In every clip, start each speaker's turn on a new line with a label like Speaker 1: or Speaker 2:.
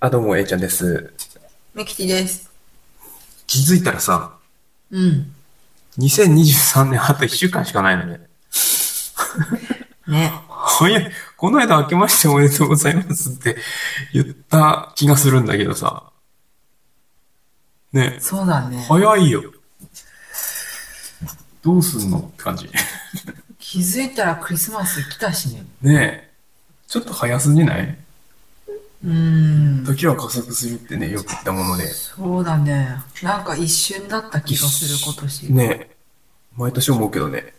Speaker 1: あ、どうも、えいちゃんです。
Speaker 2: ミキティです。
Speaker 3: 気づいたらさ、
Speaker 2: うん。
Speaker 3: 2023年あと1週間しかないのね。
Speaker 2: ね。
Speaker 3: 早い。この間明けましておめでとうございますって言った気がするんだけどさ。ねえ、
Speaker 2: そうだね。
Speaker 3: 早いよ。どうすんのって感じ。
Speaker 2: 気づいたらクリスマス来たしね。
Speaker 3: ねえ、ちょっと早すぎないう
Speaker 2: ーん。
Speaker 3: 時は加速するってね、よく言ったもので。
Speaker 2: そうだね。なんか一瞬だった気がする今年。
Speaker 3: ねえ、毎年思うけどね。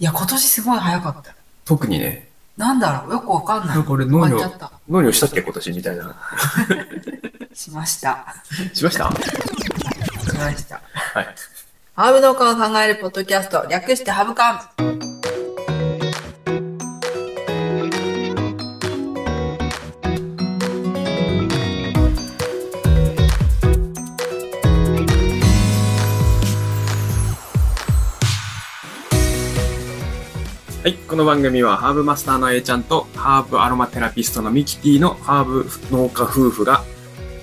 Speaker 2: いや、今年すごい早かった。
Speaker 3: 特にね、
Speaker 2: なんだろうよくわかんない。
Speaker 3: なんか俺農
Speaker 2: 終
Speaker 3: 業
Speaker 2: わっちゃっ
Speaker 3: 農業したっけ今年みたいな。
Speaker 2: た。しました。
Speaker 3: しました
Speaker 2: しました。
Speaker 3: はい。
Speaker 2: ハーブ農家を考えるポッドキャスト、略してハブカン。
Speaker 3: はい。この番組は、ハーブマスターの A ちゃんと、ハーブアロマテラピストのミキティのハーブ農家夫婦が、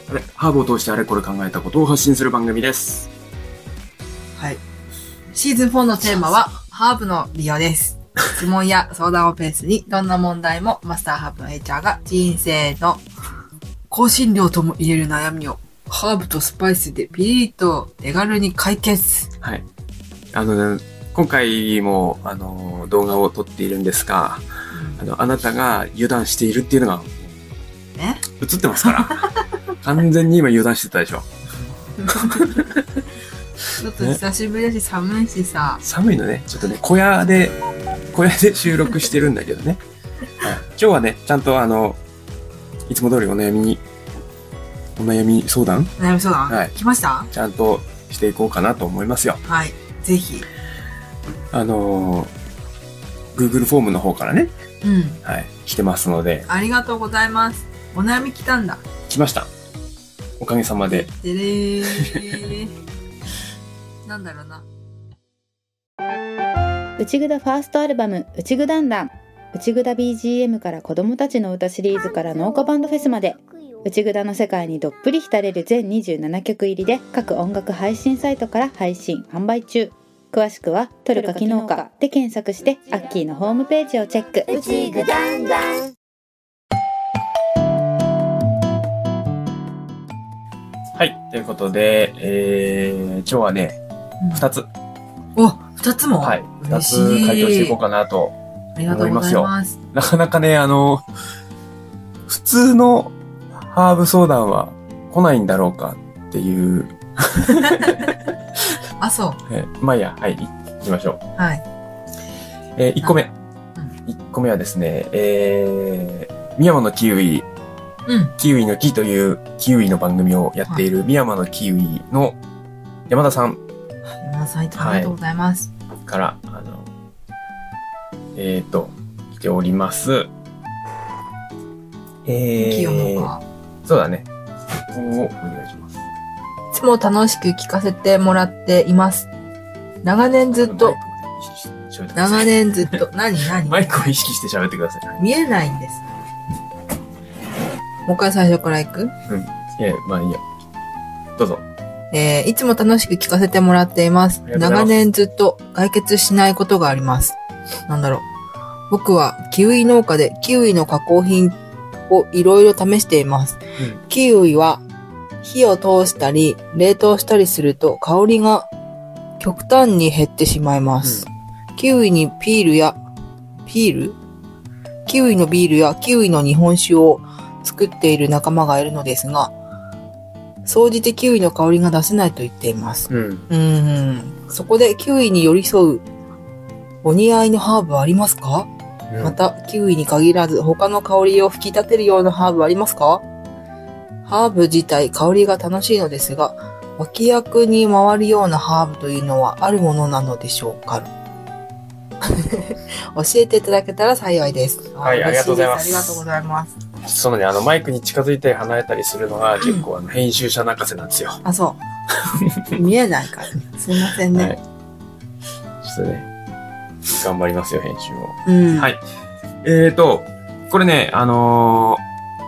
Speaker 3: あれ、ハーブを通してあれこれ考えたことを発信する番組です。
Speaker 2: はい。シーズン4のテーマは、ハーブの利用です。質問や相談をベースに、どんな問題もマスターハーブのエイチャーが人生の香辛料とも言える悩みを、ハーブとスパイスでピリリと手軽に解決。
Speaker 3: はい。あのね、今回も、あの、動画を撮っているんですが、あの、あなたが油断しているっていうのが、
Speaker 2: ね
Speaker 3: 映ってますから。完全に今油断してたでしょ。
Speaker 2: ちょっと久しぶりだし寒いしさ、
Speaker 3: 寒いのね、ちょっとね、小屋で、小屋で収録してるんだけどね。はい、今日はね、ちゃんとあの、いつも通りお悩みに、お悩み相談
Speaker 2: 悩み相談、
Speaker 3: はい
Speaker 2: 来ました
Speaker 3: ちゃんとしていこうかなと思いますよ。
Speaker 2: はい。ぜひ。
Speaker 3: あのー、Google フォームの方からね、
Speaker 2: うん。
Speaker 3: はい、来てますので、
Speaker 2: ありがとうございます。お悩み来たんだ。
Speaker 3: 来ました。おかげさまで。
Speaker 2: でれ ー。なんだろうな。
Speaker 4: 内ぐだファーストアルバム「内ぐだんだん」内ぐだ BGM から子どもたちの歌シリーズから農家バンドフェスまで内ぐだの世界にどっぷり浸れる全27曲入りで各音楽配信サイトから配信販売中詳しくは「トルカ機能かで検索してアッキーのホームページをチェック
Speaker 5: うちぐだんだん。
Speaker 3: はい、ということで、えー、今日はね、2つ、
Speaker 2: お、二つも
Speaker 3: はい、2
Speaker 2: 嬉し
Speaker 3: つ
Speaker 2: い
Speaker 3: 回答していこうかなと
Speaker 2: ありがとうございます。
Speaker 3: なかなかね、あの、普通のハーブ相談は来ないんだろうかっていう。
Speaker 2: あ、そ
Speaker 3: えまあいいや、はい、い行きましょう。
Speaker 2: う。はい。
Speaker 3: え1個目。
Speaker 2: ん
Speaker 3: 1個目はですね、えー、宮山のキウイ、
Speaker 2: うん。
Speaker 3: キウイの木というキウイの番組をやっている宮山のキウイの山田さん
Speaker 2: 山田さん、いつもありがとうございます。
Speaker 3: から、あの、えっ、ー、と、来ております。えー、
Speaker 2: 企業のか。
Speaker 3: そうだね。そこをお願いします。
Speaker 2: いつも楽しく聞かせてもらっています。長年ずっと、長年ずっと、何何
Speaker 3: マイクを意識して喋ってください。はい
Speaker 2: 見えないんです。もう一回最初から行く
Speaker 3: いや、まあいいや。どうぞ。
Speaker 2: えーいつも楽しく聞かせてもらっています。
Speaker 3: ありがとうござい
Speaker 2: 長
Speaker 3: ます
Speaker 2: 年ずっと解決しないことがあります。なんだろう。僕はキウイ農家でキウイの加工品をいろいろ試しています。
Speaker 3: う
Speaker 2: キウイは火を通したり冷凍したりすると香りが極端に減ってしまいます。キウイにピールや、ピールキウイのビールやキウイの日本酒を作っている仲間がいるのですが、総じてキウイの香りが出せないと言っていま
Speaker 3: う
Speaker 2: す。
Speaker 3: ん。
Speaker 2: うーん。そこでキウイに寄り添うお似合いのハーブはありますか、また、キウイに限らず他の香りを吹き立てるようなハーブはありますかハーブ自体香りが楽しいのですが、脇役に回るようなハーブというのはあるものなのでしょうか 教えていただけたら幸いです。
Speaker 3: はい
Speaker 2: あ嬉しで
Speaker 3: ありが
Speaker 2: ありが
Speaker 3: と
Speaker 2: と
Speaker 3: う
Speaker 2: う
Speaker 3: ご
Speaker 2: ございます。
Speaker 3: そのね、あの、マイクに近づいたり離れたりするのが結構あの、編集者泣かせなんですよ。
Speaker 2: あ、そう。 見えないから。すいませんね。
Speaker 3: はい。ちょっとね、頑張りますよ、編集を。
Speaker 2: うん。
Speaker 3: はいえーと、これね、あの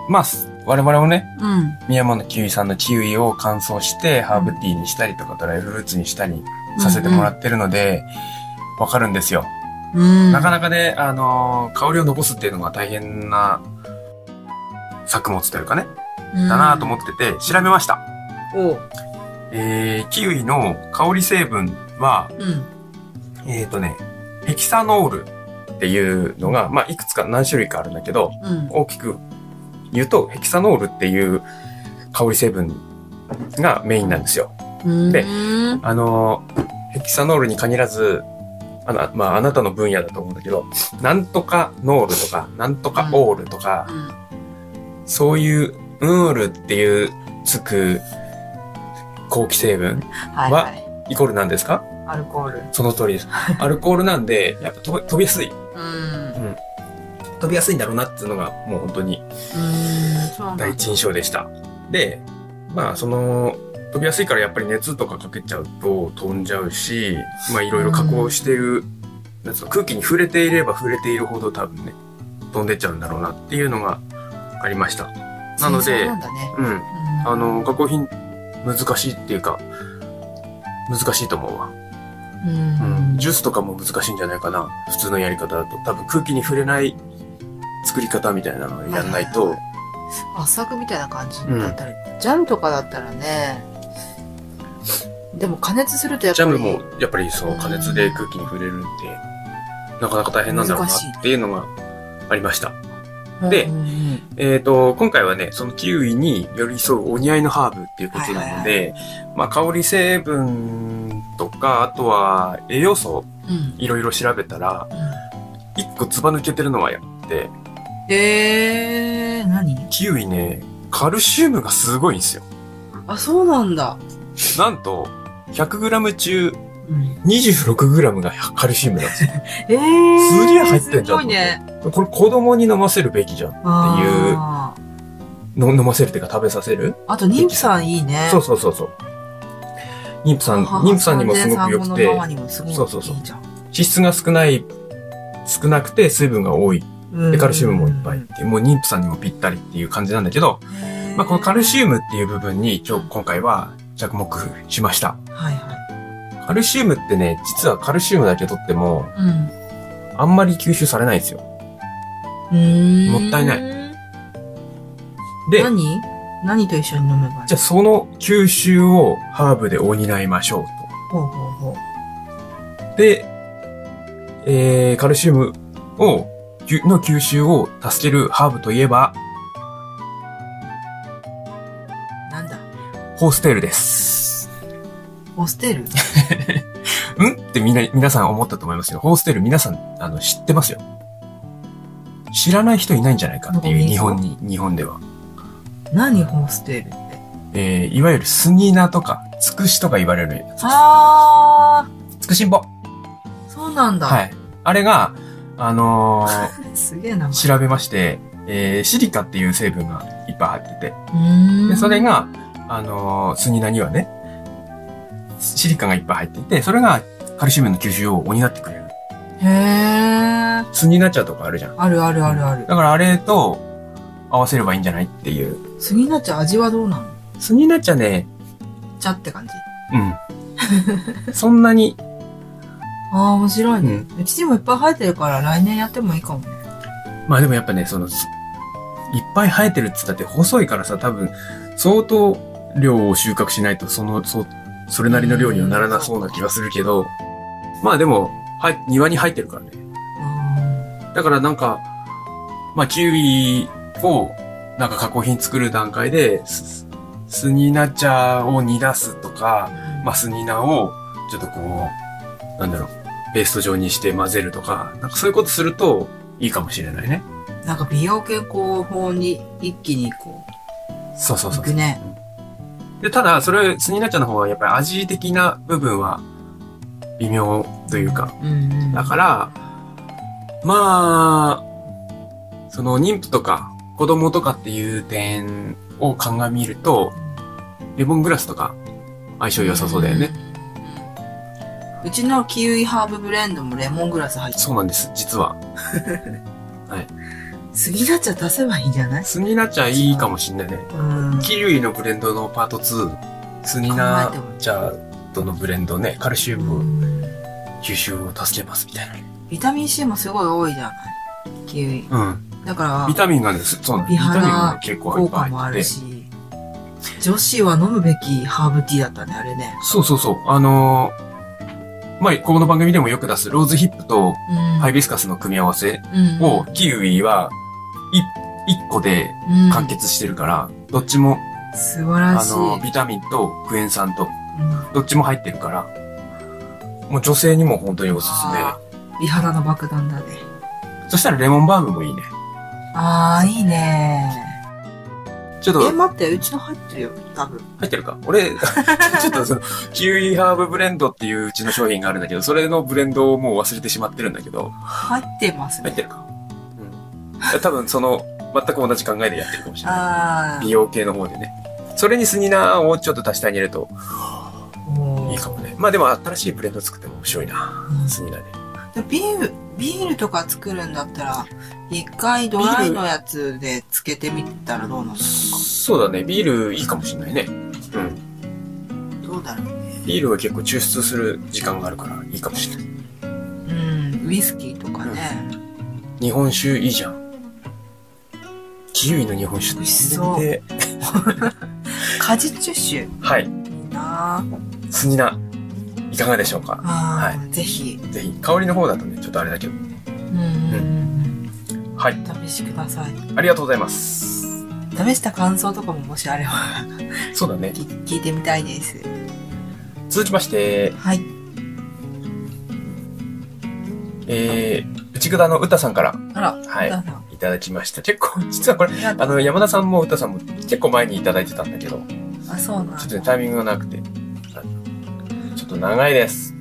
Speaker 3: ーまあ、我々もね、
Speaker 2: うん。
Speaker 3: 宮本キウイさんのキウイを乾燥して、ハーブティーにしたりとか、ドライフルーツにしたりさせてもらってるので、わかるんですよ。
Speaker 2: うん。
Speaker 3: なかなかね、あのー香りを残すっていうのが大変な作物というかね、
Speaker 2: うん
Speaker 3: だなと思ってて、調べました。
Speaker 2: おう。
Speaker 3: えー、キウイの香り成分は、
Speaker 2: うん。
Speaker 3: えっ、とね、ヘキサノールっていうのが、まあ、いくつか何種類かあるんだけど、
Speaker 2: うん。
Speaker 3: 大きく言うと、ヘキサノールっていう香り成分がメインなんですよ。
Speaker 2: うん
Speaker 3: で
Speaker 2: うん。
Speaker 3: あのー、ヘキサノールに限らず、あのまあ、あなたの分野だと思うんだけど、なんとかノールとか、なんとかオールとか、そういう、ウールっていうつく、後期成分、
Speaker 2: はいはい。
Speaker 3: イコールなんですか
Speaker 2: アルコール。
Speaker 3: その通りです。アルコールなんで、やっぱ飛び飛びやすい。
Speaker 2: うん。う
Speaker 3: 飛びやすいんだろうなっていうのが、もう本当に
Speaker 2: ん。そうなんだ
Speaker 3: 第一印象でした。で、まあ、その、飛びやすいからやっぱり熱とかかけちゃうと飛んじゃうし、まあ、いろいろ加工してる、なんつうの空気に触れていれば触れているほど多分ね、飛んでっちゃうんだろうなっていうのがありました。なの
Speaker 2: そう
Speaker 3: で
Speaker 2: な、んだね。
Speaker 3: うん。
Speaker 2: うん
Speaker 3: あの、加工品、難しいっていうか、難しいと思うわ。
Speaker 2: う
Speaker 3: うん
Speaker 2: ん。
Speaker 3: ジュースとかも難しいんじゃないかな。普通のやり方だと。多分空気に触れない作り方みたいなのをやんないと。
Speaker 2: 圧搾みたいな感じだったり、ジャムとかだったらねでも加熱するとやっ
Speaker 3: ジ
Speaker 2: ぱ
Speaker 3: ャ
Speaker 2: り
Speaker 3: ムもやっぱりそう加熱で空気に触れるんで、なかなか大変なんだろうな
Speaker 2: 難しい
Speaker 3: っていうのがありました。
Speaker 2: うん
Speaker 3: で
Speaker 2: うんうん
Speaker 3: えっ、と、今回はね、そのキウイに寄り添うお似合いのハーブっていうことなので、まあ香り成分とか、あとは栄養素
Speaker 2: うん
Speaker 3: いろいろ調べたら、一個ずば抜けてるのはやって、
Speaker 2: えー、何
Speaker 3: キウイね、カルシウムがすごいんですよ。
Speaker 2: あそうなんだ、
Speaker 3: なんと、100g 中
Speaker 2: うん、
Speaker 3: 26g がカルシウムなんですよ。
Speaker 2: えー、
Speaker 3: すげえ入ってんじゃん
Speaker 2: すごいねってい
Speaker 3: これ子供に飲ませるべきじゃん。
Speaker 2: あー
Speaker 3: の飲ませるっていうか食べさせる、
Speaker 2: あと妊婦さんいいね
Speaker 3: そうそうそうそう。妊婦さん、
Speaker 2: 母
Speaker 3: 妊婦さんにもすごく良くて
Speaker 2: 産後のマ、マにもすごく
Speaker 3: そうそうそう
Speaker 2: いいじゃん
Speaker 3: 脂質が少ない、少なくて水分が多い。
Speaker 2: う
Speaker 3: で、
Speaker 2: ん
Speaker 3: カルシウムもいっぱいっていう、もう妊婦さんにもぴったりっていう感じなんだけど、
Speaker 2: へー
Speaker 3: まあこのカルシウムっていう部分に今日、今回は着目しました。
Speaker 2: はいは
Speaker 3: カルシウムってね、実はカルシウムだけ取っても、
Speaker 2: いうん
Speaker 3: あんまり吸収されないんですよ。
Speaker 2: うーん
Speaker 3: もったいないで、
Speaker 2: 何何と一緒に飲めばいい
Speaker 3: じゃあその吸収をハーブで補いましょう
Speaker 2: ほうほうほう
Speaker 3: と。で、えー、カルシウムを、ぎゅの吸収を助けるハーブといえば、
Speaker 2: なんだ
Speaker 3: ホーステールです。
Speaker 2: ホステル
Speaker 3: うんってみんな、皆さん思ったと思いますよ。ホーステール皆さん、あの、知ってますよ。知らない人いないんじゃないかっていう、日
Speaker 2: どこ
Speaker 3: 本
Speaker 2: に
Speaker 3: に、日本では。
Speaker 2: 何ホステルって
Speaker 3: えー、いわゆるスニーナーとか、つくしとか言われるやつ。
Speaker 2: あ
Speaker 3: つくしんぼ。
Speaker 2: ー、そうなんだ。
Speaker 3: はい。あれが、あのー、
Speaker 2: すげえ な。
Speaker 3: 調べまして、えーシリカっていう成分がいっぱい入って
Speaker 2: うー
Speaker 3: て、
Speaker 2: ん
Speaker 3: で、それ、が、あのースニナにはね、シリカがいっぱい入っていて、それがカルシウムの吸収を補ってくれる。
Speaker 2: へー。
Speaker 3: スニナ茶とかあるじゃん。
Speaker 2: あるあるあるある。
Speaker 3: だからあれと合わせればいいんじゃないっていう。
Speaker 2: 杉菜茶味はどうなの
Speaker 3: スニナ茶ね、
Speaker 2: 茶って感じ。
Speaker 3: うん。そんなに、
Speaker 2: あー、面白い
Speaker 3: う
Speaker 2: ね。
Speaker 3: ん
Speaker 2: うちにもいっぱい生えてるから来年やってもいいかもね。
Speaker 3: まあでもやっぱね、その、すいっぱい生えてるって言ったって細いからさ、多分、相当量を収穫しないと、その、そ、それなりの量にはならなそうな気がするけど、まあでも、はい、庭に入ってるからね。
Speaker 2: あ
Speaker 3: だからなんか、まあ、キウイを、なんか加工品作る段階で、ススニーナ茶を煮出すとか、
Speaker 2: ー
Speaker 3: まあ、スニーナを、ちょっとこう、なんだろう、ペースト状にして混ぜるとか、なんかそういうことすると、いいかもしれないね。
Speaker 2: なんか美容健康法に一気にこう。
Speaker 3: そうそうそう。
Speaker 2: 行くね
Speaker 3: で、ただ、それ、スニーナ茶の方は、やっぱり味的な部分は、微妙というか、
Speaker 2: うんうん。
Speaker 3: だから、まあ、その妊婦とか子供とかっていう点を鑑みると、レモングラスとか相性良さそうだよね。
Speaker 2: うん。うちのキウイハーブブレンドもレモングラス入ってる
Speaker 3: そうなんです、実は。
Speaker 2: 杉なっちゃ出せばいいんじゃない
Speaker 3: スニナ茶いいかもしんないね。
Speaker 2: うん。
Speaker 3: キウイのブレンドのパート2、スニナ茶とのブレンドね、カルシウム吸収を助けますみたい
Speaker 2: ビタミン C もすごい多いじゃないキウイ。
Speaker 3: な。うん。
Speaker 2: だから、
Speaker 3: ビタミンがね、すそうなの。ビ
Speaker 2: 美
Speaker 3: タミンがね
Speaker 2: 肌
Speaker 3: 結構い
Speaker 2: 効
Speaker 3: っぱ
Speaker 2: 果
Speaker 3: い
Speaker 2: も
Speaker 3: 入
Speaker 2: あ
Speaker 3: って
Speaker 2: る
Speaker 3: て。
Speaker 2: し、女子は飲むべきハーブティーだったね、あれね。
Speaker 3: そうそうそう。あのー、まあ、この番組でもよく出すローズヒップと
Speaker 2: うん。
Speaker 3: ハイビスカスの組み合わせ
Speaker 2: うん。
Speaker 3: を、キウイは、い、一個で
Speaker 2: うん、
Speaker 3: 完結してるから、どっちも、
Speaker 2: 素晴ら
Speaker 3: あ
Speaker 2: しい。
Speaker 3: の、ビタミンとクエン酸と、
Speaker 2: うん
Speaker 3: どっちも入ってるから、もう女性にも本当におすす
Speaker 2: あ美肌の爆弾だね。
Speaker 3: め。そしたらレモンバームもいいね。
Speaker 2: あー、いいね
Speaker 3: ちょっ
Speaker 2: え、
Speaker 3: と、
Speaker 2: 待って、うちの入ってるよ、多分。
Speaker 3: 入ってるか 俺、ちょっとその、キウイハーブブレンドっていううちの商品があるんだけど、それのブレンドをもう忘れてしまってるんだけど、
Speaker 2: 入ってます
Speaker 3: 入
Speaker 2: ね
Speaker 3: っ。てるか。うん。多分その、全く同じ考えでやってるかもしれない。
Speaker 2: あ
Speaker 3: 美容系の方でね。それにスニナーをちょっと足してあげると
Speaker 2: ー、もう
Speaker 3: いいかもね。まあでも新しいブレンド作っても面白いな。スニナーで。
Speaker 2: でビール、ビールとか作るんだったら、一回ドライのやつでつけてみたらどうなの
Speaker 3: そうだね。ビールいいかもしれないね。うん。
Speaker 2: どうだろう
Speaker 3: ビールは結構抽出する時間があるからいいかもしれない。
Speaker 2: うん、ウイスキーとかね。
Speaker 3: 日本酒いいじゃん。キウイの日本酒
Speaker 2: 美味しそう
Speaker 3: で
Speaker 2: 果実酒い
Speaker 3: はい。
Speaker 2: いなぁ
Speaker 3: スニナ、いかがでしょうか
Speaker 2: あー、ぜひ。
Speaker 3: ぜひ、香りの方だとね、ちょっとあれだけど。
Speaker 2: うんうん
Speaker 3: はい。
Speaker 2: うん。試してください。
Speaker 3: ありがとうございます。
Speaker 2: 試した感想とかももしあれば
Speaker 3: そうだね。
Speaker 2: 聞聞いてみたいです。
Speaker 3: 続きまして、
Speaker 2: はい。
Speaker 3: えー、内蔵の歌さんから
Speaker 2: あら、
Speaker 3: はい
Speaker 2: 旦那
Speaker 3: いただきました。結構、実はこれ、
Speaker 2: さん
Speaker 3: あの、山田さんも歌さんも結構前にいただいてたんだけど、
Speaker 2: あ、そうなん
Speaker 3: ちょっと
Speaker 2: だ
Speaker 3: ね、タイミングがなくて、あちょっと長いです。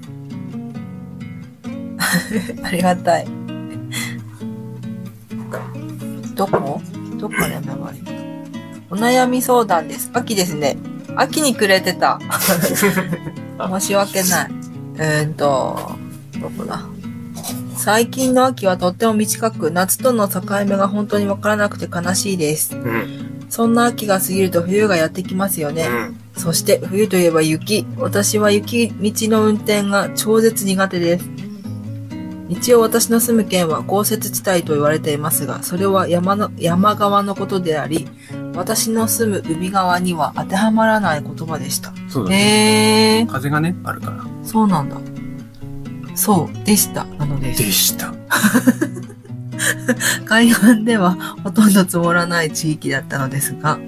Speaker 2: ありがたい。どこどっかで名前。お悩み相談です。秋ですね。秋にくれてた。申し訳ない。えーっと、どこだ。最近の秋はとっても短く、夏との境目が本当にわからなくて悲しいです
Speaker 3: う。ん。
Speaker 2: そんな秋が過ぎると冬がやってきますよね。
Speaker 3: うん。
Speaker 2: そして冬といえば雪。私は雪道の運転が超絶苦手です。一応私の住む県は豪雪地帯と言われていますが、それは山の山側のことであり、私の住む海側には当てはまらない言葉でした。
Speaker 3: そうだね。
Speaker 2: へえ、
Speaker 3: 風がね、あるから。
Speaker 2: そうなんだ。そう、でした。なので。
Speaker 3: ですした。
Speaker 2: 海岸ではほとんど積もらない地域だったのですが、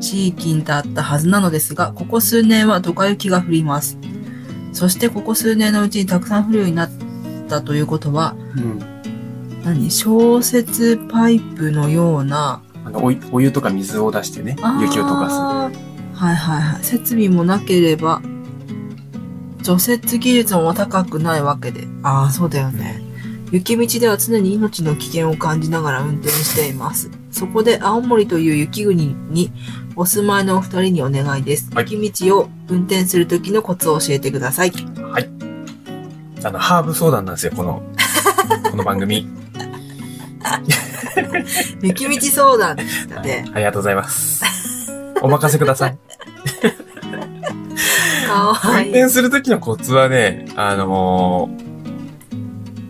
Speaker 2: 地域だったはずなのですが、ここ数年はドカ雪が降ります。そしてここ数年のうちにたくさん降るようになったということは、
Speaker 3: うん。
Speaker 2: 何小雪パイプのような、
Speaker 3: あの、おいお湯とか水を出してね、雪を溶か
Speaker 2: かす。はいはいはい。設備もなければ、除雪技術も高くないわけで。ああ、そうだよね。雪道では常に命の危険を感じながら運転しています。そこで青森という雪国にお住まいのお二人にお願いです。
Speaker 3: はい
Speaker 2: 雪道を運転するときのコツを教えてください。
Speaker 3: す。あの、ハーブ相談なんですよ、この、この番 組。
Speaker 2: 雪道相談でした
Speaker 3: はい
Speaker 2: ね。
Speaker 3: ありがとうござい ます。お任せください。
Speaker 2: かわ
Speaker 3: 運
Speaker 2: いい。
Speaker 3: 転するときのコツはね、あの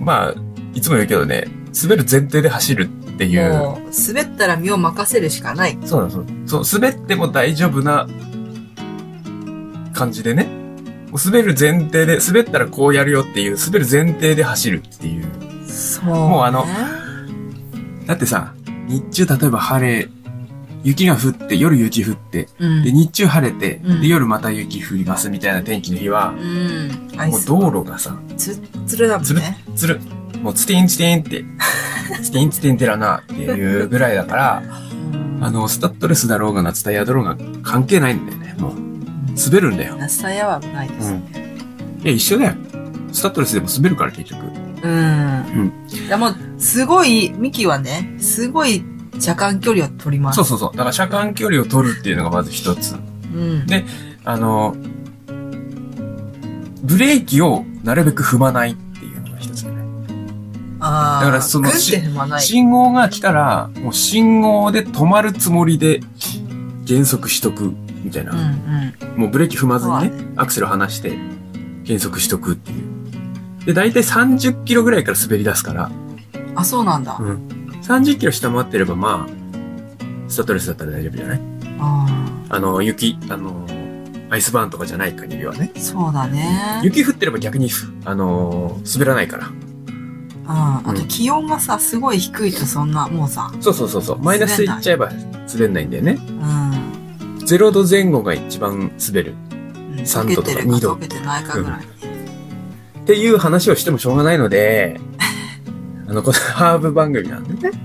Speaker 3: ーまあ、いつも言うけどね、滑る前提で走るっていう、
Speaker 2: もう、滑ったら身を任せるしかない。
Speaker 3: そうなんですそうそう、滑っても大丈夫な感じでね、もう滑る前提で、滑ったらこうやるよっていう、滑る前提で走るっていう。
Speaker 2: そう、
Speaker 3: うあのだってさ、日中例えば晴れ、雪が降って、夜雪降って、
Speaker 2: うん、
Speaker 3: で、日中晴れて、
Speaker 2: うん
Speaker 3: で、夜また雪降りますみたいな天気の日は、
Speaker 2: うん。アイ
Speaker 3: もう
Speaker 2: ス。
Speaker 3: 道路がさ、
Speaker 2: つ、つるだもんね。
Speaker 3: つる。もう、ツテンツテン って、ツテンツテンてらな、っていうぐらいだから、あの、スタッドレスだろうが、夏タイヤだろうが、関係ないんだよね。もう、滑るんだよ。
Speaker 2: なさやは危ないです。
Speaker 3: ん。いや、一緒だよ。スタッドレスでも滑るから、結局。
Speaker 2: うん。いや、もう、すごい、ミキはね、すごい、車間距離を取ります。
Speaker 3: そうそうそう。だから、車間距離を取るっていうのがまず一つ。
Speaker 2: うん。
Speaker 3: であの、ブレーキをなるべく踏まないっていうのが一つだね。
Speaker 2: あー
Speaker 3: だからその
Speaker 2: グって踏まない。
Speaker 3: 信号が来たら、もう信号で止まるつもりで減速しとくみたい
Speaker 2: うんう
Speaker 3: な。
Speaker 2: ん。
Speaker 3: もうブレーキ踏まずに
Speaker 2: はい
Speaker 3: ね、アクセル離して減速しとくっていう。で、大体30キロぐらいから滑り出すから、
Speaker 2: あ、そうなんだ。
Speaker 3: うん30キロ下回ってればまあ、スタッドレスだったら大丈夫じゃない
Speaker 2: あ
Speaker 3: あの、雪、あの、アイスバーンとかじゃない限りはね。
Speaker 2: ーそうだね。
Speaker 3: 雪降ってれば逆に、あの、滑らないから。
Speaker 2: うん。あと気温がさ、すごい低いとそんな、もうさ、
Speaker 3: そうそうそうそう。マイナスいっちゃえば滑んないんだよね。
Speaker 2: うん。
Speaker 3: 0度前後が一番滑る。
Speaker 2: うん
Speaker 3: 3度とか
Speaker 2: 溶けてるか
Speaker 3: 2度
Speaker 2: 溶けてないかぐらい。
Speaker 3: っていう話をしてもしょうがないの で、あの、このハーブ番組なんでね、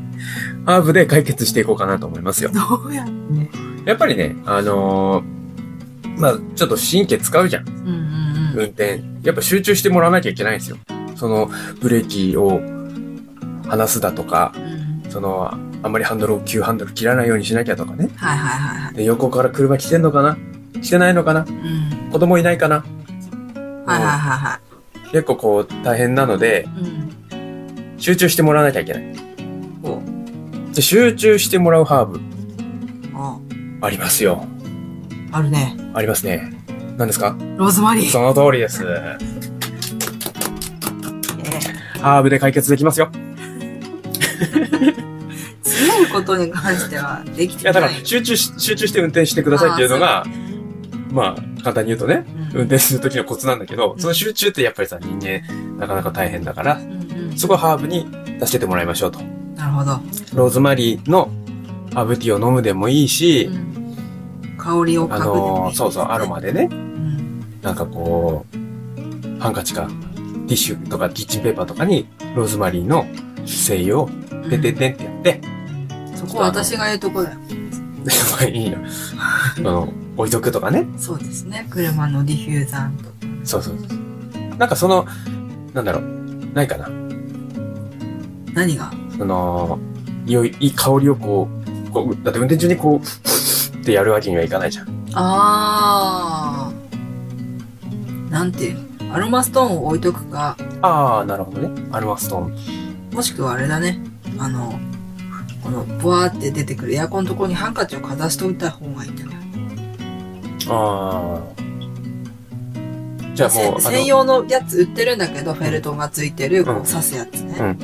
Speaker 3: ハーブで解決していこうかなと思いますよ。
Speaker 2: どうやってね。
Speaker 3: やっぱりね、あのーまあちょっと神経使うじゃん、
Speaker 2: うんうんうん。
Speaker 3: 運転。やっぱ集中してもらわなきゃいけないんですよ。その、ブレーキを離すだとか、
Speaker 2: うん
Speaker 3: その、あんまりハンドルを急ハンドル切らないようにしなきゃとかね。
Speaker 2: はいはいはいはい。
Speaker 3: で、横から車来てんのかな来てないのかな
Speaker 2: うん。
Speaker 3: 子供いないかな
Speaker 2: はいはいはいは
Speaker 3: 結構こう大変なので、
Speaker 2: い。うん。
Speaker 3: 集中してもらわなきゃいけない。
Speaker 2: こ
Speaker 3: で、集中してもらうハーブ、
Speaker 2: う。あ
Speaker 3: ありますよ。
Speaker 2: あるね。
Speaker 3: ありますね。何ですか
Speaker 2: ローズマリー。
Speaker 3: その通りです。
Speaker 2: ええ
Speaker 3: ハーブで解決できますよ。
Speaker 2: 詰めることに関してはでき
Speaker 3: い
Speaker 2: て
Speaker 3: や、だか
Speaker 2: な
Speaker 3: ら
Speaker 2: い。
Speaker 3: 集中し、集中して運転してくださいっていうのが、まあ、簡単に言うとね、
Speaker 2: うん
Speaker 3: 運転する時のコツなんだけど、
Speaker 2: ん
Speaker 3: その集中ってやっぱりさ、人間、なかなか大変だから、
Speaker 2: うんうん
Speaker 3: そこはハーブに助けてもらいましょうと。
Speaker 2: なるほど。
Speaker 3: ローズマリーのハーブティーを飲むでもいいし、
Speaker 2: うん香りを
Speaker 3: あ
Speaker 2: 嗅ぐでも
Speaker 3: の
Speaker 2: いい
Speaker 3: そうそう、アロマでね、
Speaker 2: うん
Speaker 3: なんかこう、ハンカチか、ティッシュとかキッチンペーパーとかに、ローズマリーの精油を、てんてんてんってやって、
Speaker 2: そこは私が言うとこだよ。
Speaker 3: まあいい よ。あの、置いとくとかね。
Speaker 2: そうですね。車のディフューザーとか。
Speaker 3: そうそうそう。なんかその、なんだろう、ないかな。
Speaker 2: 何が
Speaker 3: その、良い、いい香りをこう、こう、だって運転中にこう、ってやるわけにはいかないじゃん。
Speaker 2: あー。なんていうのアロマストーンを置いとくか、
Speaker 3: ああ、なるほどね。アルマストーン。
Speaker 2: もしくはあれだね。あの、この、ボワーって出てくるエアコンのところにハンカチをかざしておいた方がいいんじゃない
Speaker 3: ああ。じゃあもう、あ
Speaker 2: せ専用のやつ売ってるんだけど、フェルトがついてる、こう
Speaker 3: うん
Speaker 2: 刺すやつね。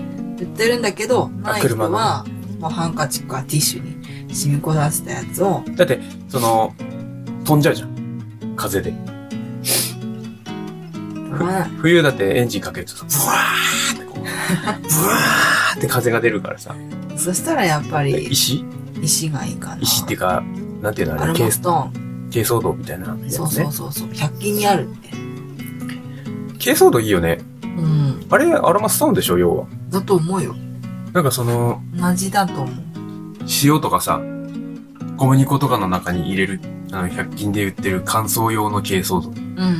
Speaker 3: う
Speaker 2: 売ってるんだけど、ない人
Speaker 3: 車の
Speaker 2: は、もうハンカチかティッシュに染みこさせたやつを、
Speaker 3: の、だって、その、飛んじゃうじゃん。風で。
Speaker 2: まあ、
Speaker 3: 冬だってエンジンかけるとさ、ブワーってこう、ブワーって風が出るからさ。
Speaker 2: そしたらやっぱり
Speaker 3: 石
Speaker 2: 石がいいかな。
Speaker 3: 石っていうか、なんていうのあ
Speaker 2: ア
Speaker 3: れ、
Speaker 2: ロ
Speaker 3: ケー
Speaker 2: マ
Speaker 3: ス
Speaker 2: ストー
Speaker 3: 軽装道みたいなやつ
Speaker 2: ン。
Speaker 3: ね。
Speaker 2: そうそうそうそう。100均にあるって。
Speaker 3: 軽装道いいよね。
Speaker 2: うん。
Speaker 3: あれ、アロマストーンでしょ、要は。
Speaker 2: だと思うよ。
Speaker 3: なんかその、
Speaker 2: 同じだと思う。
Speaker 3: 塩とかさ、小麦粉とかの中に入れる、あの、100均で売ってる乾燥用の軽装道。
Speaker 2: うんうんうんうんうんう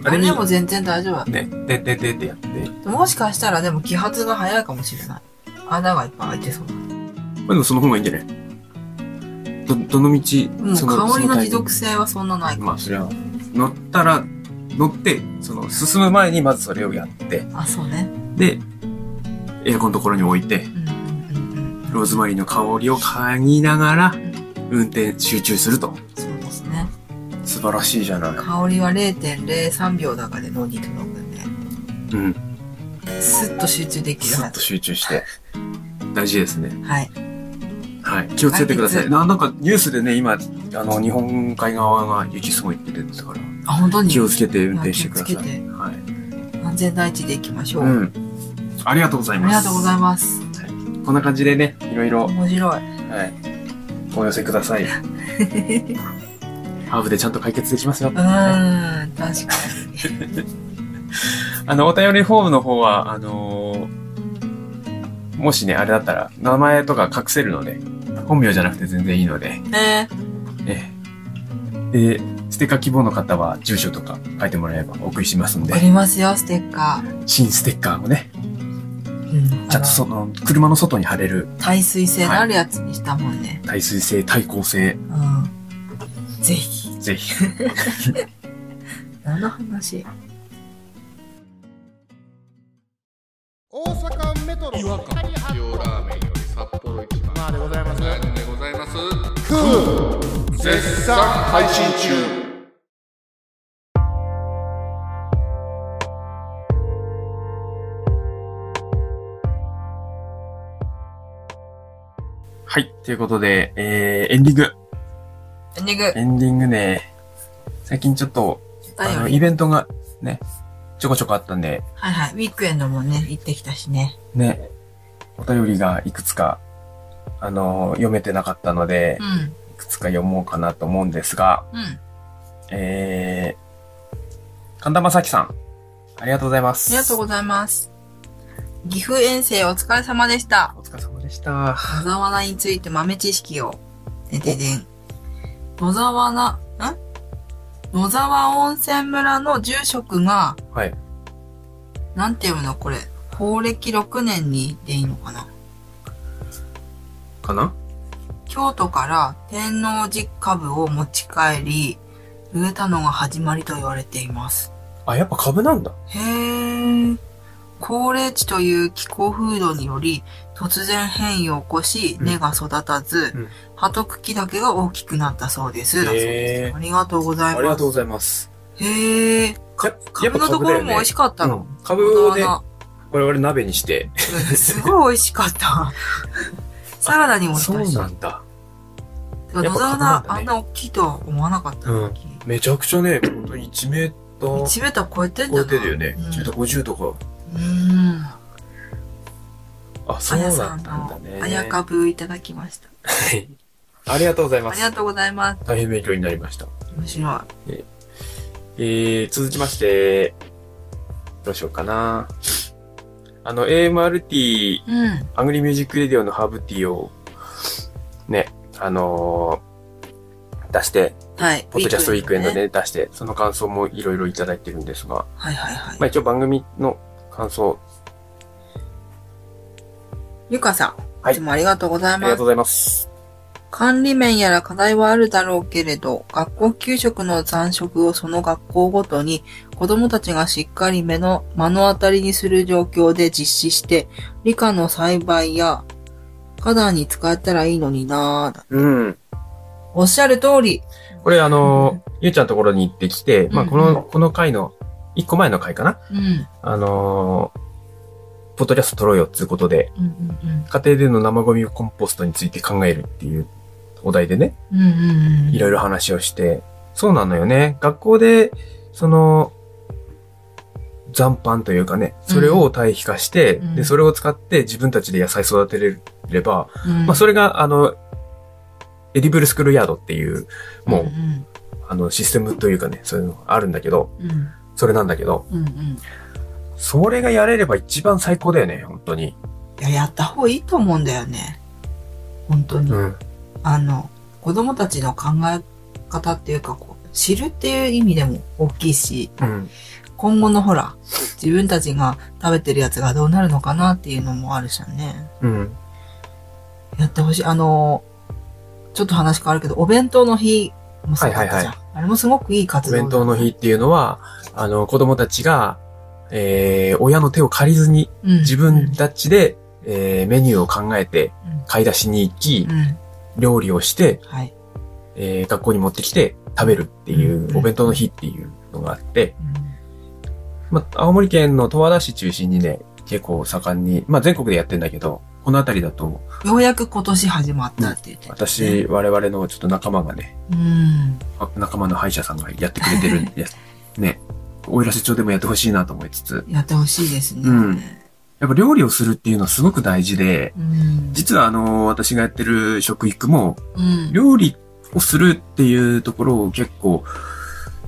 Speaker 2: ん。あ
Speaker 3: あれ
Speaker 2: れ
Speaker 3: に
Speaker 2: でも全然大丈夫だ
Speaker 3: ね、で、で、でってやって。
Speaker 2: もしかしたらでも揮発が早いかもしれない。穴がいっぱい開いてそうだ。
Speaker 3: まあでもその方がいいんじゃないど、どの道、
Speaker 2: もう
Speaker 3: その、
Speaker 2: 香りの
Speaker 3: タイミング
Speaker 2: 持続性はそんなないか。
Speaker 3: まあ、そりゃ、乗ったら、乗って、その、進む前にまずそれをやって、
Speaker 2: あ、そうね。
Speaker 3: で、エアコンのところに置いて
Speaker 2: う、んうんうん
Speaker 3: ローズマリーの香りを嗅ぎながら
Speaker 2: う、ん。
Speaker 3: 運転集中すると。
Speaker 2: そうですね。
Speaker 3: 素晴らしいじゃない。
Speaker 2: 香りは0.03秒だからで脳に届くんで、
Speaker 3: うん。
Speaker 2: スッと集中できる
Speaker 3: ず
Speaker 2: は
Speaker 3: っと
Speaker 2: ず。
Speaker 3: 集中して。大事ですね。
Speaker 2: はい。
Speaker 3: はい。気をつけてくださ
Speaker 2: 解
Speaker 3: い。
Speaker 2: 決
Speaker 3: ななんかニュースでね、今、あの、日本海側が雪すごいって出てたから、
Speaker 2: あ、本当に
Speaker 3: 気をつけて運転してください。
Speaker 2: 気をつけて
Speaker 3: はい。
Speaker 2: 安全第一で行きましょう。
Speaker 3: う
Speaker 2: あ
Speaker 3: ん。ありがとうござい
Speaker 2: り
Speaker 3: ます。
Speaker 2: がとうございます。
Speaker 3: こんな感じでね、いろいろ、
Speaker 2: 面白い。
Speaker 3: はい。お寄せくだ さい。ハーブでちゃんと解決できますよ。
Speaker 2: うーん、確か
Speaker 3: あの、お便りフォームの方は、あのーもしね、あれだったら、名前とか隠せるので、本名じゃなくて全然いいので、
Speaker 2: に。ね
Speaker 3: ええ。で、ステッカー希望の方は、住所とか書いてもらえばお送りしますん
Speaker 2: 送り
Speaker 3: で、
Speaker 2: ますよ、ステッカー。
Speaker 3: 新ステッカーをね、
Speaker 2: うん。
Speaker 3: ちゃんとその、車の外に貼れる
Speaker 2: あの耐水性のあるやつにしたもんね。
Speaker 3: 耐水性、耐光性、
Speaker 2: うん。ぜひ。
Speaker 3: ぜひ。
Speaker 2: 何の話
Speaker 1: 大阪阪メトロ
Speaker 6: 違和感塩ラーメンより札幌一番
Speaker 1: まあでございます
Speaker 6: でございます
Speaker 1: クー
Speaker 6: 絶賛配信中
Speaker 3: はい。ということで、えー、エンディング。
Speaker 2: エンディング。
Speaker 3: エンディングね、最近ちょっと、あの、
Speaker 2: は
Speaker 3: イ
Speaker 2: い
Speaker 3: ベントがね、ちょこちょこあったんで、
Speaker 2: はい。ウィークエンドもね、行ってきたしね。
Speaker 3: ね、お便りがいくつか、あの、読めてなかったので
Speaker 2: う、ん。
Speaker 3: いくつか読もうかなと思うんですが、
Speaker 2: うん。
Speaker 3: えー、神田正輝さん、ありがとうございま
Speaker 2: あ
Speaker 3: す。
Speaker 2: りがとうございます。岐阜遠征お疲れ様でした。
Speaker 3: お疲れ様でした。
Speaker 2: 野沢菜について豆知識を。でででん。野沢菜、ん野沢温泉村の住職が、
Speaker 3: はい。
Speaker 2: なんて読むのこれ。法暦6年にでいいのかな
Speaker 3: かな
Speaker 2: 京都から天王寺株を持ち帰り、植えたのが始まりと言われています。
Speaker 3: あ、やっぱ株なんだ。
Speaker 2: へー。高齢地という気候風土により、突然変異を起こし、
Speaker 3: うん
Speaker 2: 根が育たず、
Speaker 3: うん
Speaker 2: 葉と茎だけが大きくなったそうです。だそうで
Speaker 3: へ
Speaker 2: す
Speaker 3: ー
Speaker 2: ありがとうございます。
Speaker 3: ざいます。
Speaker 2: へー。
Speaker 3: か
Speaker 2: 株のところも美味し
Speaker 3: かっ
Speaker 2: かったの。
Speaker 3: 株をね、
Speaker 2: 本
Speaker 3: 我々鍋にして。
Speaker 2: 当だうんすごい美味し かった。サラダにもしたし。
Speaker 3: んだ。
Speaker 2: て
Speaker 3: や
Speaker 2: か野
Speaker 3: っぱ株
Speaker 2: 沢
Speaker 3: なん
Speaker 2: 菜
Speaker 3: だね
Speaker 2: あんな大きいとは思わなかった。
Speaker 3: うんめちゃくちゃね、ほんと1メーター
Speaker 2: 1メーター超えてんだ
Speaker 3: 超
Speaker 2: な
Speaker 3: えてるよね。
Speaker 2: うん
Speaker 3: 1メーター50とか。
Speaker 2: うん。
Speaker 3: あ、そ
Speaker 2: あ
Speaker 3: う
Speaker 2: や
Speaker 3: だ
Speaker 2: さ
Speaker 3: っ
Speaker 2: ん
Speaker 3: たん
Speaker 2: の
Speaker 3: だね。
Speaker 2: あやかぶいただきました。
Speaker 3: ありがとうござい
Speaker 2: あ
Speaker 3: ま
Speaker 2: り
Speaker 3: す
Speaker 2: が。とうございます。
Speaker 3: 大変勉強になりました。
Speaker 2: 面白い。
Speaker 3: えー、続きまして、どうしようかな。あの、AMRT
Speaker 2: うん。
Speaker 3: アングリーミュージックレディオのハーブティーを、ね、あのー出して、
Speaker 2: はい。
Speaker 3: ポッドキャストウィークエンド
Speaker 2: ね。
Speaker 3: で出して、その感想もいろいろいただいてるんですが、
Speaker 2: はいはいはい。
Speaker 3: まあ一応番組の感想、
Speaker 2: ゆかさん。
Speaker 3: はい
Speaker 2: いつもありがとうござい
Speaker 3: ありが
Speaker 2: ま
Speaker 3: と
Speaker 2: す
Speaker 3: う。ございます。
Speaker 2: 管理面やら課題はあるだろうけれど、学校給食の残食をその学校ごとに、子供たちがしっかり目の、目の当たりにする状況で実施して、理科の栽培や、花壇に使えたらいいのになぁ。
Speaker 3: うん。
Speaker 2: おっしゃる通り。
Speaker 3: これあのーゆうちゃんのところに行ってきて、まあこ
Speaker 2: う
Speaker 3: の、この回の、一個前の回かな
Speaker 2: うん。うん
Speaker 3: あのーポッドキャスト撮ろうよっていうことで、
Speaker 2: うん
Speaker 3: 家庭での生ゴミコンポストについて考えるっていうお題でね、
Speaker 2: うん。うんうんうん。
Speaker 3: いろいろ話をして、そうなのよね。学校で、その、残飯というかね、それを堆肥化して、
Speaker 2: うん
Speaker 3: で、それを使って自分たちで野菜育てれれば、
Speaker 2: うん。
Speaker 3: まあ、それが、あの、エディブルスクールヤードっていう、もう、
Speaker 2: ん
Speaker 3: あの、システムというかね、そういうのあるんだけど、
Speaker 2: うん。うん。
Speaker 3: それなんだけど、
Speaker 2: うんうん。
Speaker 3: それがやれれば一番最高だよね、本当に。
Speaker 2: いや、やった方がいいと思うんだよね。本当に。
Speaker 3: うん。
Speaker 2: あの、子供たちの考え方っていうか、こう、知るっていう意味でも大きいし、
Speaker 3: うん。
Speaker 2: 今後のほら、自分たちが食べてるやつがどうなるのかなっていうのもあるしね。
Speaker 3: うん。
Speaker 2: やってほしい。あの、ちょっと話変わるけど、お弁当の日もすごかったじゃん。
Speaker 3: は
Speaker 2: あれもすごくいい活
Speaker 3: お
Speaker 2: 動。
Speaker 3: 弁当の日っていうのは、あの、子供たちが、えー、親の手を借りずに、
Speaker 2: うん、
Speaker 3: 自分たちで、えーメニューを考えて
Speaker 2: うん、
Speaker 3: 買い出しに行き
Speaker 2: う、ん。
Speaker 3: 料理をして、
Speaker 2: はい。
Speaker 3: えー学校に持ってきて食べるってい
Speaker 2: うん
Speaker 3: う、お弁当の日っていうのがあって、まあ、青森県の十和田市中心にね、結構盛んに、まあ、全国でやってんだけど、この辺りだと、
Speaker 2: うんようやく今年始まったって言って、
Speaker 3: 私、我々のちょっと仲間がね、
Speaker 2: うん。
Speaker 3: あ仲間の歯医者さんがやってくれてるん です。ね、おいらせ町でもやってほしいなと思いつつ、
Speaker 2: やってほしいですね。
Speaker 3: うんやっぱ料理をするっていうのはすごく大事で、
Speaker 2: うん。
Speaker 3: 実はあの、私がやってる食育も、
Speaker 2: うん。
Speaker 3: 料理をするっていうところを結構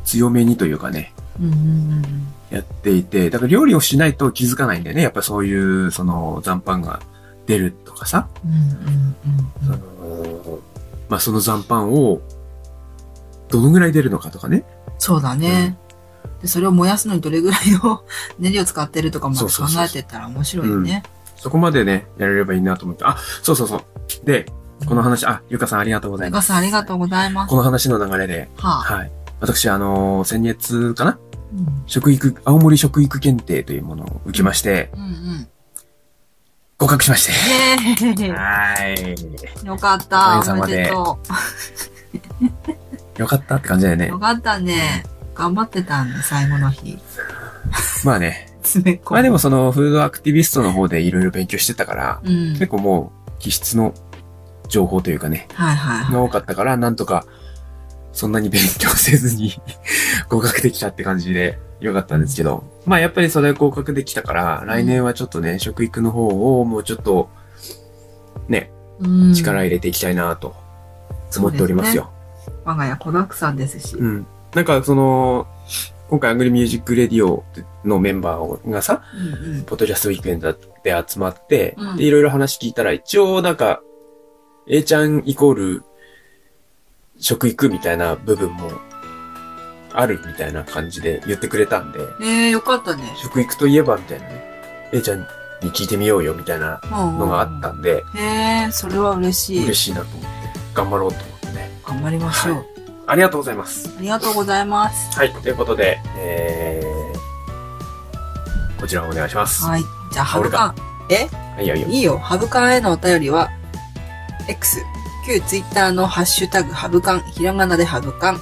Speaker 3: 強めにというかね、
Speaker 2: うんうんうん
Speaker 3: やっていて、だから料理をしないと気づかないんだよね。やっぱそういう、その残飯が出るとかさ、
Speaker 2: うんうんうんうん
Speaker 3: そのまあその残飯をどのぐらい出るのかとかね。
Speaker 2: そうだね、で。それを燃やすのにどれぐらいの練りを使ってるとかも
Speaker 3: そ
Speaker 2: 考
Speaker 3: うそうそうそう
Speaker 2: えてったら面白いよね。
Speaker 3: そこまでね、やれればいいなと思って。あ、そうそうそう。で、この話、あ、ゆかさんありがとうござい
Speaker 2: お
Speaker 3: ま
Speaker 2: 母
Speaker 3: す。
Speaker 2: さんありがとうございます。
Speaker 3: この話の流れで、
Speaker 2: はあ、
Speaker 3: はい。私、あの先月かな
Speaker 2: うん
Speaker 3: 食育、青森食育検定というものを受けまして、
Speaker 2: うんうん。
Speaker 3: 合格しまして。
Speaker 2: イエー
Speaker 3: はーい。
Speaker 2: イよか
Speaker 3: お
Speaker 2: った。
Speaker 3: かげさ
Speaker 2: お
Speaker 3: ま
Speaker 2: め
Speaker 3: で
Speaker 2: でと
Speaker 3: よかったって感じだよ
Speaker 2: う。
Speaker 3: ね
Speaker 2: よ。かったね。頑張ってたんだ、最後の日。
Speaker 3: まあね。
Speaker 2: 詰め込む。
Speaker 3: まあでもそのフードアクティビストの方でいろいろ勉強してたから、
Speaker 2: うん。
Speaker 3: 結構もう気質の情報というかね、
Speaker 2: はいはい。
Speaker 3: が多かったから、なんとかそんなに勉強せずに 合格できたって感じでよかったんですけど、まあやっぱりそれ合格できたから、来年はちょっとね、食育の方をもうちょっとね、
Speaker 2: うん
Speaker 3: 力入れていきたいなと思っておりますよ。
Speaker 2: 我が家子だくさんですし。
Speaker 3: うん。なんかその、今回アングリーミュージックレディオのメンバーがさ、
Speaker 2: うん
Speaker 3: ポッドキャストウィークエンドで集まって、
Speaker 2: うん
Speaker 3: で、いろいろ話聞いたら、一応なんか、A ちゃんイコール、食育みたいな部分も、あるみたいな感じで言ってくれたんで、
Speaker 2: うん。えー、よかったね。
Speaker 3: 食育といえばみたいなね、A ちゃんに聞いてみようよみたいなの
Speaker 2: の
Speaker 3: があった。んで、
Speaker 2: えー、それは嬉しい
Speaker 3: 嬉。しいなと思って、頑張ろうと思ってね。
Speaker 2: 頑張りましょう。
Speaker 3: はいありがとうございます。
Speaker 2: ありがとうございます。
Speaker 3: はい、ということで、えー、こちらお願いします。
Speaker 2: はい。じゃあ、ハブカン。
Speaker 3: はい、いよいよ。
Speaker 2: いいよ。ハブカンへのお便りは、X、旧 Twitter のハッシュタグハブカン、ひらがなでハブカン、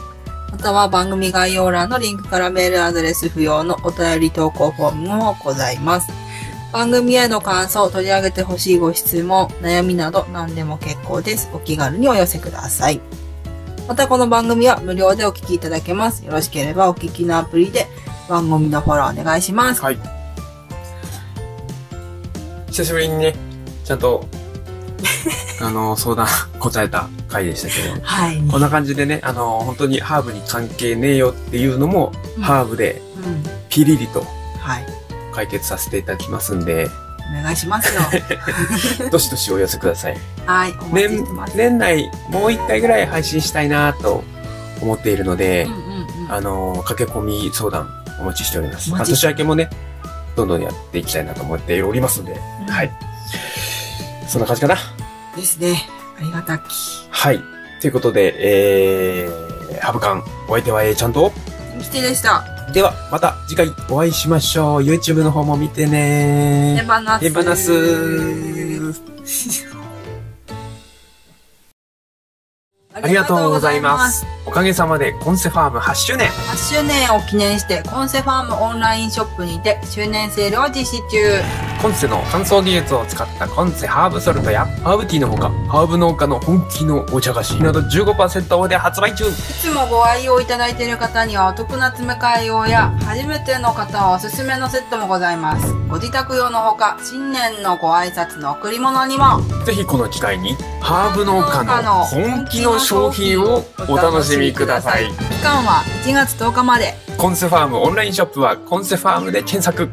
Speaker 2: または番組概要欄のリンクからメールアドレス不要のお便り投稿フォームもございます。番組への感想、取り上げてほしいご質問、悩みなど何でも結構です。お気軽にお寄せください。またこの番組は無料でお聞きいただけます。よろしければお聞きのアプリで番組のフォローお願いします。
Speaker 3: はい。久しぶりにね、ちゃんと、あの、相談答えた回でしたけど、
Speaker 2: はい。
Speaker 3: こんな感じでね、あの、本当にハーブに関係ねえよっていうのも、
Speaker 2: うん
Speaker 3: ハーブで
Speaker 2: うん。
Speaker 3: ピリリと
Speaker 2: はい。
Speaker 3: 解決させていただきますんで、
Speaker 2: お願いしますよ。
Speaker 3: どしどしお寄せください。
Speaker 2: はい、お待ちし
Speaker 3: 年
Speaker 2: てます。
Speaker 3: 年内もう一回ぐらい配信したいなと思っているので
Speaker 2: うん、うんうん。
Speaker 3: あの、駆け込み相談お待ちしております。
Speaker 2: お
Speaker 3: まあ
Speaker 2: 待ちし
Speaker 3: 年明けもね、どんどんやっていきたいなと思っておりますので、
Speaker 2: うん
Speaker 3: はい。そんな感じかな。
Speaker 2: ですね。ありがたき。
Speaker 3: はい。ということで、えー、ハブカン、お相手は A ちゃんと、
Speaker 2: きてでした。
Speaker 3: では、また次回お会いしましょう。YouTube の方も見てね
Speaker 2: 手放す。
Speaker 3: 手放す。ありがとうございます。。おかげさまで、コンセファーム8周年。
Speaker 2: 8周年を記念して、コンセファームオンラインショップにて、周年セールを実施中。
Speaker 3: コンセの乾燥技術を使ったコンセハーブソルトや、ハーブティーのほか、ハーブ農家の本気のお茶菓子など15%オフで発売中。
Speaker 2: いつもご愛用いただいている方にはお得な詰め替え用や初めての方はおすすめのセットもございますご自宅用のほか新年のご挨拶の贈り物にも
Speaker 3: ぜひこの機会に、ハーブ農家の本気の商品をお楽しみください。
Speaker 2: 期間は1月10日まで
Speaker 3: コンセファームオンラインショップはコンセファームで検索